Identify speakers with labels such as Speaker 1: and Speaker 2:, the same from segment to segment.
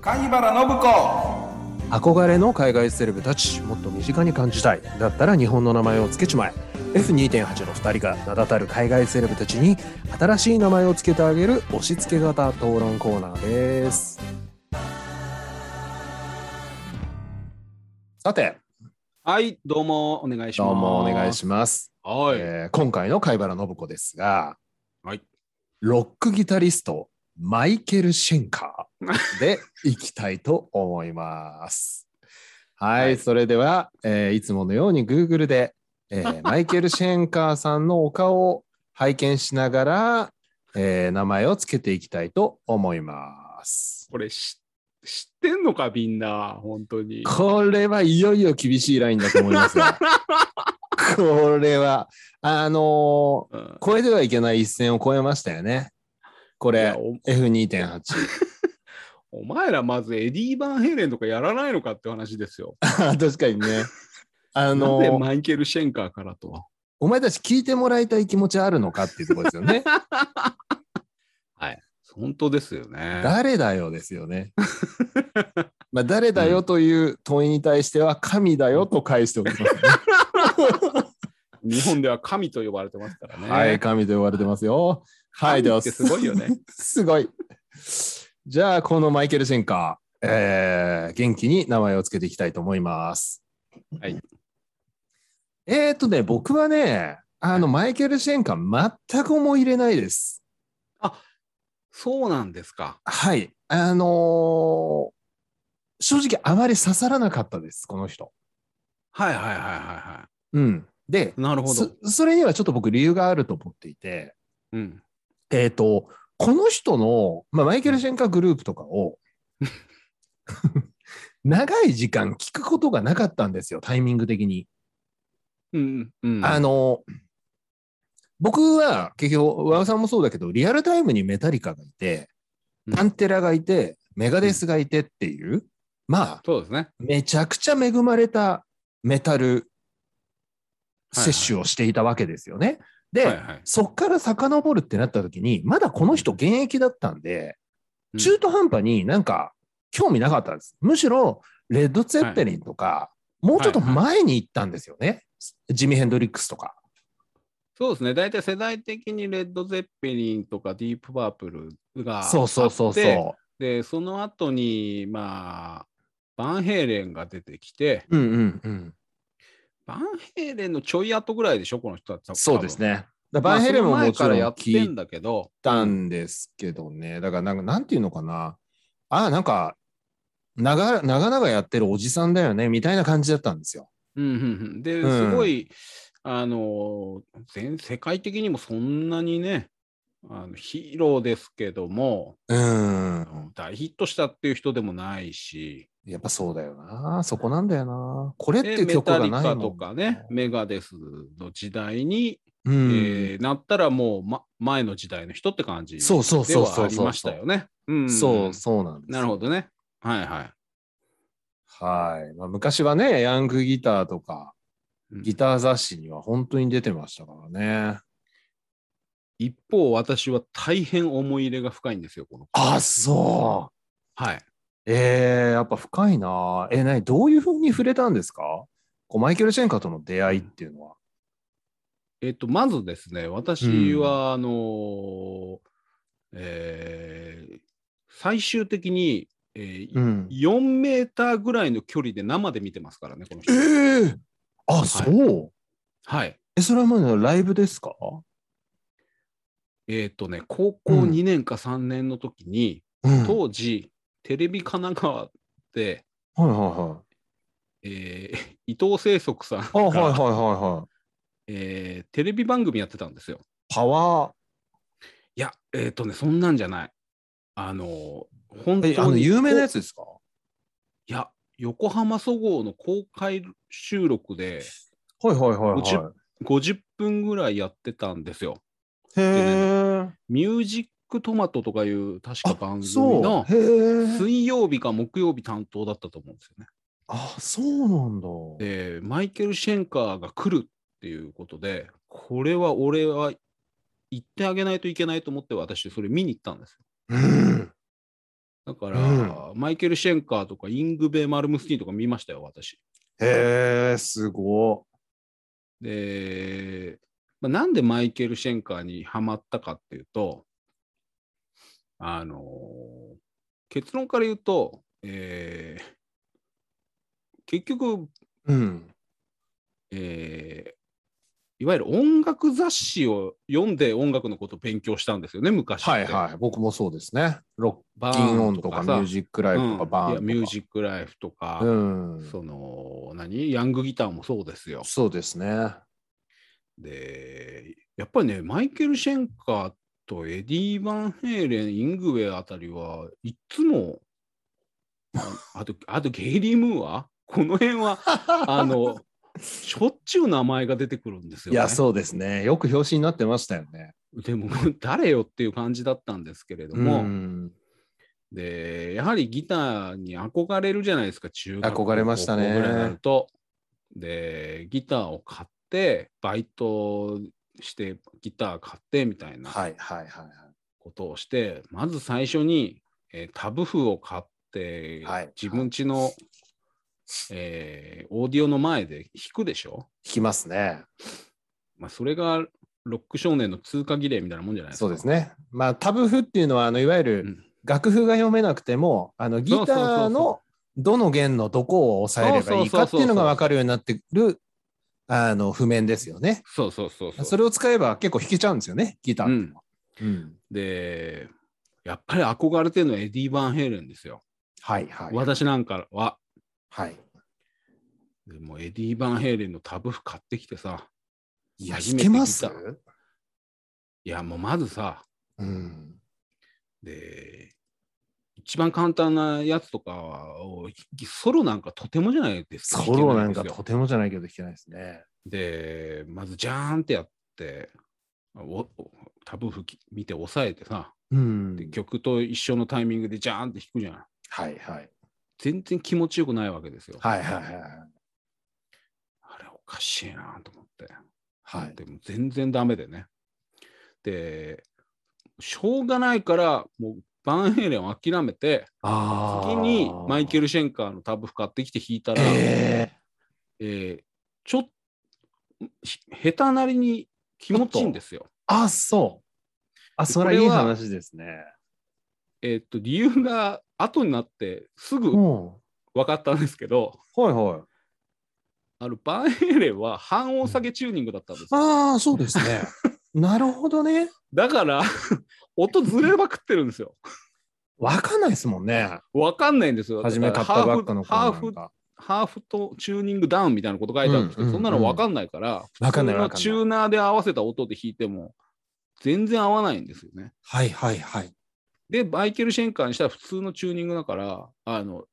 Speaker 1: 貝原信子
Speaker 2: 憧れの海外セレブたちもっと身近に感じたいだったら日本の名前を付けちまえ F2.8 の2人が名だたる海外セレブたちに新しい名前を付けてあげる押し付け型討論コーナーですさて
Speaker 3: はい、どうもお願いします。
Speaker 2: どうもお願いします、
Speaker 3: はい。
Speaker 2: えー今回の貝原信子ですが、
Speaker 3: はい
Speaker 2: ロックギタリストマイケル・シェンカ ーでいきたいと思います。はい、
Speaker 3: はい
Speaker 2: それでは、えーいつものように Google で、え ーマイケル・シェンカーさんのお顔を拝見しながら、えー名前をつけていきたいと思います。
Speaker 3: これし知ってんのか、みんな、本当に。
Speaker 2: これはいよいよ厳しいラインだと思いま すがこれはあのー
Speaker 3: うん
Speaker 2: 超えてはいけない一線を超えましたよね。こ
Speaker 3: いや
Speaker 2: れ、
Speaker 3: お
Speaker 2: F2.8。
Speaker 3: お前らまずエディ・バンヘイレンとかやらないのかって話ですよ。
Speaker 2: 確かにね。
Speaker 3: な
Speaker 2: あ
Speaker 3: んで
Speaker 2: の、
Speaker 3: マイケル・シェンカーからとは。
Speaker 2: お前たち聞いてもらいたい気持ちあるのかっていうところです よね。
Speaker 3: 本当ですよね。
Speaker 2: 誰だよです よね。まあ、誰だよという問いに対しては、神だよと返しておきます、
Speaker 3: 日本では神と呼ばれてますからね。
Speaker 2: ね。はい、神と呼ばれてますよ。はい、で
Speaker 3: 神
Speaker 2: は、
Speaker 3: ってすごいよね。
Speaker 2: すごい。じゃあ、このマイケル・シェンカー、えー元気に名前をつけていきたいと思います。
Speaker 3: はい。
Speaker 2: えー、とね、僕はね、あの、マイケル・シェンカー、全く思い入れないです。
Speaker 3: そうなんですか。
Speaker 2: はい。あのー正直、あまり刺さらなかったです、この人。
Speaker 3: はいはいはいはいは
Speaker 2: うん。で
Speaker 3: い。、なるほど
Speaker 2: そ。それにはちょっと僕、理由があると思っていて、
Speaker 3: うん。
Speaker 2: えー、と、この人の、まあ、マイケル・シェンカーグループとかを、 長い時間聞くことがなかったんですよ、タイミング的に。
Speaker 3: うんうん。
Speaker 2: あの、僕は結局、和尾さんもそうだけど、リアルタイムにメタリカがいて、
Speaker 3: うん
Speaker 2: タンテラがいて、メガデスがいてっていう、まあ、
Speaker 3: そうですね。
Speaker 2: めちゃくちゃ恵まれたメタル摂取をしていたわけですよね。で、
Speaker 3: はいはい。
Speaker 2: そっから遡るってなった時に、まだこの人現役だったんで、
Speaker 3: うん
Speaker 2: 中途半端になんか興味なかったんです。むしろ、レッド・ツェッペリンとか、もうちょっと前に行ったんですよね。ジミ・ヘンドリックスとか。
Speaker 3: そうですね。大体世代的にレッド・ゼッペリンとかディープ・パープルがあって。
Speaker 2: そうそうそうそ
Speaker 3: で、その後に、まあ、バンヘイレンが出てきて、
Speaker 2: う。うんうんうん。
Speaker 3: バンヘイレンのちょい後ぐらいでしょ、この人は。
Speaker 2: そうです
Speaker 3: ね。
Speaker 2: ね。だから
Speaker 3: まあ
Speaker 2: バンヘレンも
Speaker 3: その前
Speaker 2: もちろ
Speaker 3: か
Speaker 2: ん
Speaker 3: らやって
Speaker 2: 聞
Speaker 3: ん
Speaker 2: い
Speaker 3: だけど、
Speaker 2: たんですけどね。だからなんか、なんていうのかな。ああ、なんか、長長々やってるおじさんだよね、みたいな感じだったんですよ。
Speaker 3: うんうんうん、で、
Speaker 2: うん
Speaker 3: すごい、あの、全世界的にもそんなにね、あのヒーローですけども、
Speaker 2: うん。
Speaker 3: 大ヒットしたっていう人でもないし、
Speaker 2: やっぱそうだよな。そこなんだよな。これっ
Speaker 3: で
Speaker 2: て
Speaker 3: メ
Speaker 2: 曲
Speaker 3: タ
Speaker 2: が
Speaker 3: リ
Speaker 2: ないも
Speaker 3: カ
Speaker 2: ん
Speaker 3: とかね、メガデスの時代に、
Speaker 2: う
Speaker 3: え
Speaker 2: ん。
Speaker 3: ーなったらもう、ま、前の時代の人って感じ
Speaker 2: そうそう
Speaker 3: で
Speaker 2: そう
Speaker 3: は
Speaker 2: そ
Speaker 3: あ
Speaker 2: う
Speaker 3: り
Speaker 2: そう。
Speaker 3: ましたよね。ん
Speaker 2: そうそうなんです。
Speaker 3: なるほどね。はいはい。
Speaker 2: はい。まあ、昔はね、ヤングギターとか、
Speaker 3: うん
Speaker 2: ギター雑誌には本当に出てましたからね。
Speaker 3: 一方、私は大変思い入れが深いんですよ、この子。
Speaker 2: あ、そう。
Speaker 3: はい。
Speaker 2: えー、やっぱ深いな。えー、何、どういうふうに触れたんですかこうマイケル・シェンカーとの出会いっていうのは。
Speaker 3: えっと、まずですね、私は、あのーえー最終的に、えー
Speaker 2: うん。
Speaker 3: 4メーターぐらいの距離で生で見てますからね、この
Speaker 2: え
Speaker 3: 人。
Speaker 2: ー、あ、そう。
Speaker 3: はい。
Speaker 2: え、それはまだライブですか
Speaker 3: えっとね、高校2年か3年の時に、
Speaker 2: うんはい
Speaker 3: 当時、テレビ神奈川で、
Speaker 2: はいは
Speaker 3: えー 伊藤清則さんが、
Speaker 2: い。あ、はいはいはいはい。
Speaker 3: えーテレビ番組やってたんですよ。
Speaker 2: パワ
Speaker 3: いや、えっ、とね、そんなんじゃない。あの、本当に
Speaker 2: ー。え、あの、有名なや
Speaker 3: こ
Speaker 2: つですか
Speaker 3: ういや、横浜そごうの公開収録で
Speaker 2: はいはいはい
Speaker 3: もちろ
Speaker 2: はい。
Speaker 3: 50分ぐらいやってたんですよ。
Speaker 2: へえ。
Speaker 3: ミュージックトマトとかいう確か番組
Speaker 2: そ
Speaker 3: の
Speaker 2: う。へえ。
Speaker 3: 水曜日か木曜日担当だったと思うんですよね。
Speaker 2: あ、そうなんだ。
Speaker 3: で、マイケル・シェンカーが来るっていうことで、これは俺は行ってあげないといけないと思って私それ見に行ったんですよ。
Speaker 2: うん。
Speaker 3: だから、マイケル・シェンカーとかイングベ・マルムスティンとか見ましたよ、私。
Speaker 2: へえ、すご
Speaker 3: で、まあ、なんでマイケル・シェンカーにハマったかっていうと、あのー結論から言うと、えー結局、
Speaker 2: い。うん。
Speaker 3: えーいわゆる音楽雑誌を読んで音楽のことを勉強したんですよね、昔って。
Speaker 2: はいはい。僕もそうですね。ロ
Speaker 3: バ
Speaker 2: ッキ
Speaker 3: ー
Speaker 2: ンオ
Speaker 3: ン
Speaker 2: ンと
Speaker 3: と
Speaker 2: か
Speaker 3: か
Speaker 2: ミ
Speaker 3: さ
Speaker 2: ュージックライ
Speaker 3: うん
Speaker 2: ブとか
Speaker 3: い
Speaker 2: バーンと
Speaker 3: や
Speaker 2: か。
Speaker 3: ミュージックライフとか、
Speaker 2: うん。
Speaker 3: その何ヤングギターもそうですよ。
Speaker 2: そうですね。
Speaker 3: でやっぱりねマイケル・シェンカーとエディ・バンヘイレンイングウェイあたりはいっつもああと あとゲイリー・ムーアこの辺はあ のしょっちゅう名前が出てくるんですよ、
Speaker 2: い
Speaker 3: ね。
Speaker 2: や、そうですね。よく表紙になってましたよね。
Speaker 3: でも誰よっていう感じだったんですけれども、
Speaker 2: ん。
Speaker 3: でやはりギターに憧れるじゃないですか中学
Speaker 2: 憧れましたね
Speaker 3: 高校ぐらいになるとでギターを買ってバイトしてギター買ってみたいな
Speaker 2: はいはいはいはい。
Speaker 3: ことをして、まず最初に、えータブ譜を買って、
Speaker 2: はい
Speaker 3: 自分家の、えーオーディオの前で弾くでしょ、
Speaker 2: 弾きますね。
Speaker 3: まあ、それがロック少年の通過儀礼みたいなもんじゃないですか
Speaker 2: そうですね。まあ、タブ譜っていうのは、あのいわゆ
Speaker 3: う
Speaker 2: る
Speaker 3: ん
Speaker 2: 楽譜が読めなくても、あのギタ
Speaker 3: そうそ
Speaker 2: ー
Speaker 3: うそう
Speaker 2: の
Speaker 3: そ
Speaker 2: どの弦のどこを押さえればいいかっていうのが分かるようになってるあの譜面ですよね。
Speaker 3: そうそうそうそう
Speaker 2: それを使えば結構弾けちゃうんですよね、ギターっていうのは。うん
Speaker 3: でやっぱり憧れてるのはエディ・バンヘイレンですよ
Speaker 2: はいはい。
Speaker 3: 私なんかは、
Speaker 2: はい。
Speaker 3: でもエディ・バンヘイレンのタブ譜買ってきてさ、
Speaker 2: いや、
Speaker 3: 初
Speaker 2: 弾
Speaker 3: めて
Speaker 2: けます
Speaker 3: ギターいやもうまずさ、
Speaker 2: うん。
Speaker 3: で、一番簡単なやつとかを、ソロなんかとてもじゃないですか。
Speaker 2: ソロなん
Speaker 3: 弾
Speaker 2: か
Speaker 3: けいんですよ
Speaker 2: とてもじゃないけど弾けないですね。
Speaker 3: で、まずジャーンってやって、おおタブ譜き見て押さえてさ、
Speaker 2: うん
Speaker 3: で曲と一緒のタイミングでジャーンって弾くじゃない。
Speaker 2: はいはい。
Speaker 3: 全然気持ちよくないわけですよ。
Speaker 2: はいはいはいはい。
Speaker 3: あれおかしいなと思って。
Speaker 2: はい。
Speaker 3: でも全然ダメでね。で、しょうがないから、もうバンヘイレンを諦めて、
Speaker 2: あ
Speaker 3: 次にマイケ
Speaker 2: ル。
Speaker 3: ル・シェンカーのタブ買ってきて弾いたら、
Speaker 2: え
Speaker 3: えーちょっひ下手なりに気持ちいいんですよ。
Speaker 2: ー、あ、そう。あ、それはいい話ですね。
Speaker 3: えーっと、理由が後になってすぐ
Speaker 2: うん。
Speaker 3: 分かったんですけど、
Speaker 2: はいはい。
Speaker 3: あのバンヘイレンは半音下げチューニングだったんですよ。
Speaker 2: ああ、そうで すね。なるほどね。
Speaker 3: だから、音ずれまくってるんですよ。
Speaker 2: わかんないですもんね。
Speaker 3: 分かんないんですよ。
Speaker 2: 初め買ったばっかの
Speaker 3: だからハー
Speaker 2: 頃
Speaker 3: フハー
Speaker 2: なん
Speaker 3: フ
Speaker 2: か。
Speaker 3: ハーフとチューニングダウンみたいなこと書いてあるんですけど、
Speaker 2: うんうん
Speaker 3: そんなの分かんないから、
Speaker 2: わかんない
Speaker 3: 普通の
Speaker 2: わかんない
Speaker 3: チューナーで合わせた音で弾いても、全然合わないんですよね。
Speaker 2: はいはいはい。
Speaker 3: で、マイケル・シェンカーにしたら普通のチューニングだから、あの、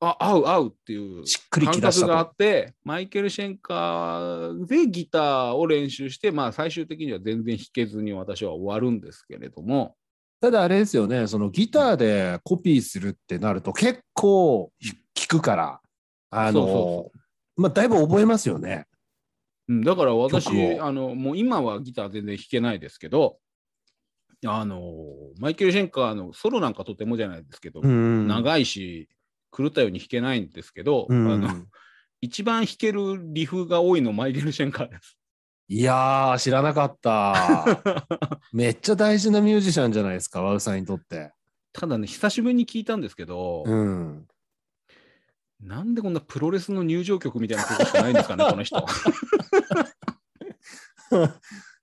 Speaker 3: あ、合う合うっていう
Speaker 2: しっくり
Speaker 3: 感
Speaker 2: きだし
Speaker 3: 覚があ
Speaker 2: たと。
Speaker 3: って、マイケル・シェンカーでギターを練習して、まあ最終的には全然弾けずに私は終わるんですけれども、
Speaker 2: ただあれですよね、そのギターでコピーするってなると結構効くから、あ
Speaker 3: そうそ
Speaker 2: の、まあだいぶ覚えますよね。
Speaker 3: うん、だから私
Speaker 2: 曲を
Speaker 3: あの、もう今はギター全然弾けないですけど、あのマイケル・シェンカーのソロなんかとてもじゃないですけど、
Speaker 2: ん
Speaker 3: 長いし、狂ったように弾けないんですけど、
Speaker 2: うん
Speaker 3: あの一番弾けるリフが多いのマイケル・シェンカーです。
Speaker 2: いやー、知らなかった。めっちゃ大事なミュージシャンじゃないですか、ワウさんにとって。
Speaker 3: ただね、久しぶりに聞いたんですけど、
Speaker 2: うん。
Speaker 3: なんでこんなプロレスの入場曲みたいな曲しかないんです かね、この人。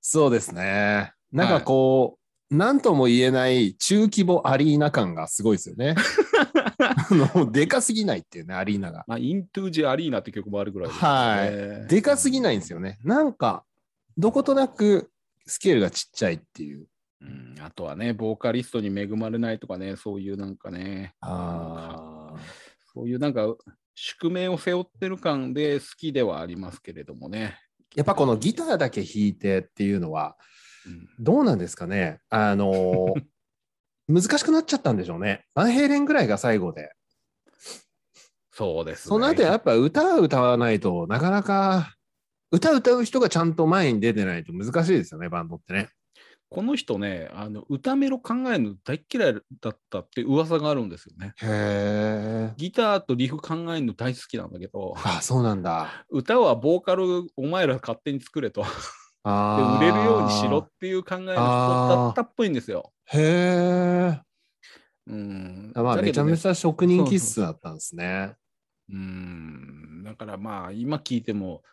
Speaker 2: そうですね。なんかこう、なんとも言えない中規模アリーナ感がすごいですよね。あのでかすぎないっていうね、アリーナが。
Speaker 3: まあ、イントゥージアリーナって曲もあるぐらいですね
Speaker 2: はいでかすぎないんですよね。なんか、どことなくスケールがちっちゃいっていう。
Speaker 3: うんあとはね、ボーカリストに恵まれないとかね、そういうなんかね、
Speaker 2: あ
Speaker 3: そういうなんか宿命を背負ってる感で好きではありますけれどもね。
Speaker 2: やっぱこのギターだけ弾いてっていうのは、どうなんですかね。あのー難しくなっちゃったんでしょうね。バンヘイレンぐらいが最後で。
Speaker 3: そうですね。
Speaker 2: その後やっぱ歌は歌わないとなかなか歌歌う人がちゃんと前に出てないと難しいですよねバンドってね。
Speaker 3: この人ね、あの歌メロ考えるの大っ嫌いだったって噂があるんですよね。
Speaker 2: へえ。
Speaker 3: ギターとリフ考えるの大好きなんだけど、
Speaker 2: あ、そうなんだ。
Speaker 3: 歌はボーカルお前ら勝手に作れと、で
Speaker 2: あ
Speaker 3: 売
Speaker 2: ー
Speaker 3: れるようにしろっていう考えの人だったっぽいんですよ。
Speaker 2: へえ。
Speaker 3: うん。
Speaker 2: まあ、
Speaker 3: だ
Speaker 2: め
Speaker 3: け
Speaker 2: ちゃ
Speaker 3: ど
Speaker 2: め
Speaker 3: ね
Speaker 2: ちゃ職人気質だったんですね。
Speaker 3: うんだからまあ今聞いても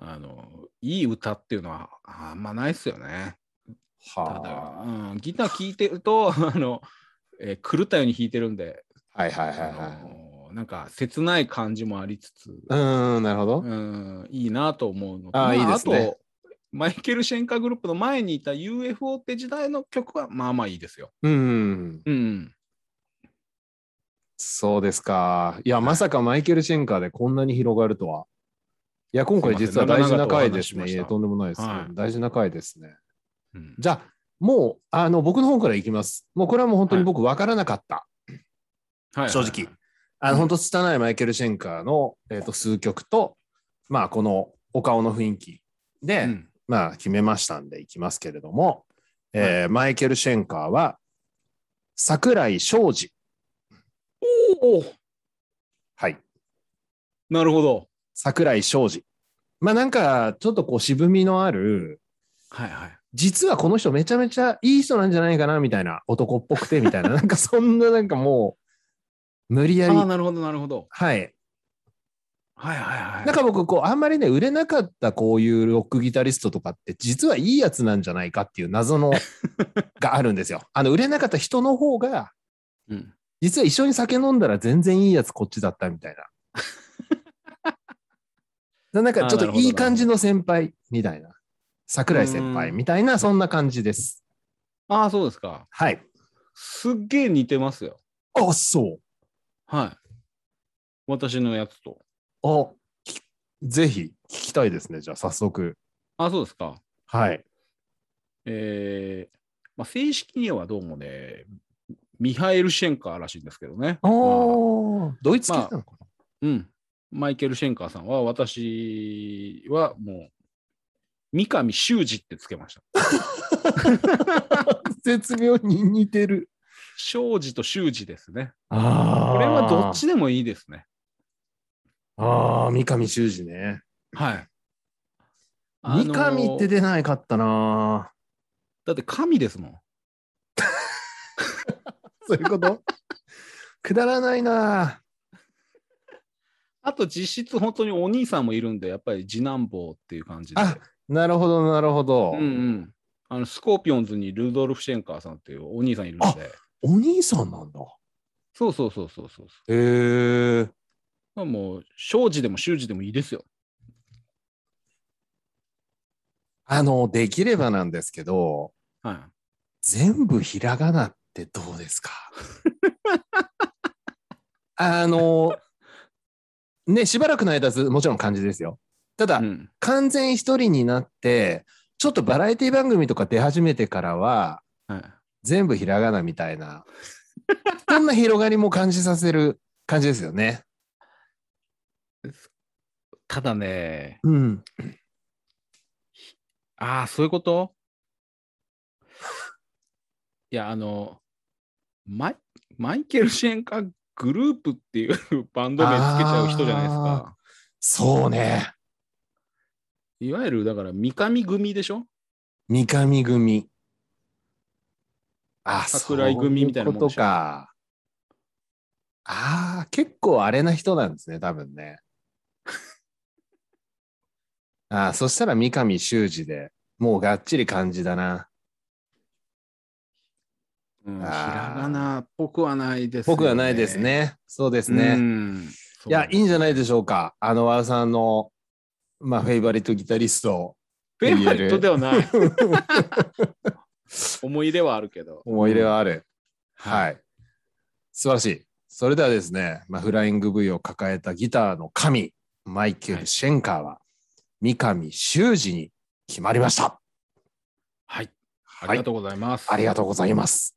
Speaker 3: あのいい歌っていうのはあんまないっすよね。ただ、
Speaker 2: は
Speaker 3: うん、ギター聴いてると あの、えー狂ったように弾いてるんで、
Speaker 2: あ。はいはいはい
Speaker 3: あ
Speaker 2: はい。
Speaker 3: のなんか切ない感じもありつつ、
Speaker 2: うーん、なるほど。
Speaker 3: うん、いいなと思うのと
Speaker 2: あ
Speaker 3: ま
Speaker 2: ーいいですね
Speaker 3: あとマイケル・シェンカーグループの前にいた UFO って時代の曲はまあまあいいですよ。
Speaker 2: うん。
Speaker 3: うん、
Speaker 2: そうですか。いや、まさかマイケル・シェンカーでこんなに広がるとは。いや、今回実は大事な回です
Speaker 3: すいま
Speaker 2: ね。
Speaker 3: せん長々とお話ししました
Speaker 2: いやとんでもないです、
Speaker 3: はい
Speaker 2: 大事な回ですね。
Speaker 3: うん
Speaker 2: じゃあ、もう、あの、僕の方からいきます。もうこれはもう本当に僕分からなかった。
Speaker 3: はい
Speaker 2: 正直。あの、本当拙いマイケル・シェンカーの、えー、と数曲と、まあ、このお顔の雰囲気で、
Speaker 3: うん
Speaker 2: まあ、決めましたんでいきますけれども、えーマイケル・シェンカーは、桜井昌司。
Speaker 3: おー
Speaker 2: はい。
Speaker 3: なるほど。
Speaker 2: 桜井昌司。まあ、なんか、ちょっとこう渋みのある、
Speaker 3: はいはい。
Speaker 2: 実はこの人めちゃめちゃいい人なんじゃないかな、みたいな、男っぽくて、みた いな、なんかそんな、なんかもう、無理や
Speaker 3: あ
Speaker 2: り
Speaker 3: あ、なるほどなるほど。
Speaker 2: はい。
Speaker 3: はいはいはい。
Speaker 2: なんか僕、こう、あんまりね、売れなかったこういうロックギタリストとかって、実はいいやつなんじゃないかっていう謎のがあるんですよ。あの、売れなかった人の方が、
Speaker 3: うん、
Speaker 2: 実は一緒に酒飲んだら全然いいやつこっちだったみたい な。なんかちょっといい感じの先輩みたいな。桜井先輩みたいな、そんな感じです。
Speaker 3: ああ、そうですか。
Speaker 2: はい。
Speaker 3: すっげえ似てますよ。
Speaker 2: あ、そう。
Speaker 3: はい。私のやつと。
Speaker 2: あ、きぜひ聞きたいですね。じゃあ早速。
Speaker 3: ああ、そうですか。
Speaker 2: はい。
Speaker 3: えーまあ、正式にはどうもね、ミハエル・シェンカーらしいんですけどね。まあ
Speaker 2: おー、ドイツ系なのか な、
Speaker 3: うん。マイケル・シェンカーさんは、私はもう、三上修二ってつけました。
Speaker 2: 絶妙に似てる。
Speaker 3: 庄司と修二ですね。
Speaker 2: あ
Speaker 3: これはどっちでもいいですね。
Speaker 2: ああ、三上修司ね。
Speaker 3: はい。あの
Speaker 2: 三
Speaker 3: ー
Speaker 2: 上って出ないかったな。
Speaker 3: だって神ですもん。
Speaker 2: そういうことくだらないな。
Speaker 3: あと実質本当にお兄さんもいるんで、やっぱり次男坊っていう感じで。
Speaker 2: あなるほど、なるほど。
Speaker 3: うんうん。あのスコーピオンズにルドルフ・シェンカーさんっていうお兄さんいるん
Speaker 2: あ
Speaker 3: で。
Speaker 2: お兄さんなんだ。
Speaker 3: そうそうそうそうそうそ
Speaker 2: へえ。
Speaker 3: う。もう、庄司でも修司でもいいですよ。
Speaker 2: あの、できればなんですけど、
Speaker 3: は
Speaker 2: 全部ひらがなってどうです かあの、ね、しばらくの間ず、もちろん漢字ですよ。ただ、
Speaker 3: い。うん。
Speaker 2: 完全一人になって、ちょっとバラエティ番組とか出始めてからは、
Speaker 3: はい。
Speaker 2: 全部ひらがなみた いな、そんな広がりも感じさせる感じですよね。
Speaker 3: ただね、
Speaker 2: うん。
Speaker 3: ああ、そういうこといや、あの、マイマイケル・シェンカーグループっていう バンド名つけちゃう人じゃないですか。
Speaker 2: そうね。
Speaker 3: いわゆる、だから、三上組でしょ
Speaker 2: 三上組。あ、
Speaker 3: 桜井組みたいなもん
Speaker 2: そ
Speaker 3: で
Speaker 2: ううこ
Speaker 3: し
Speaker 2: と
Speaker 3: ょ
Speaker 2: か。ああ、結構あれな人なんですね、多分ね。 ああ、そしたら三上修司で、もうがっちり感じだな。
Speaker 3: うん、ひ
Speaker 2: あー
Speaker 3: らがなっぽくはないです、
Speaker 2: 僕はないです。ね。そうですね。
Speaker 3: うんそう
Speaker 2: いや、いいんじゃないでしょうか。あの、和田さんの、まあ、フェイバリットギタリスト、
Speaker 3: フェイバリットでは ない。思い入れはあるけど。。
Speaker 2: 思い入れはある。はいい。素晴らしい。それではですね、まあ、フライング V を抱えたギターの神、マイケル・シェンカーは、三上修司に決まりました。
Speaker 3: はい。あり
Speaker 2: はい
Speaker 3: がと。うございます。
Speaker 2: ありがとうございます。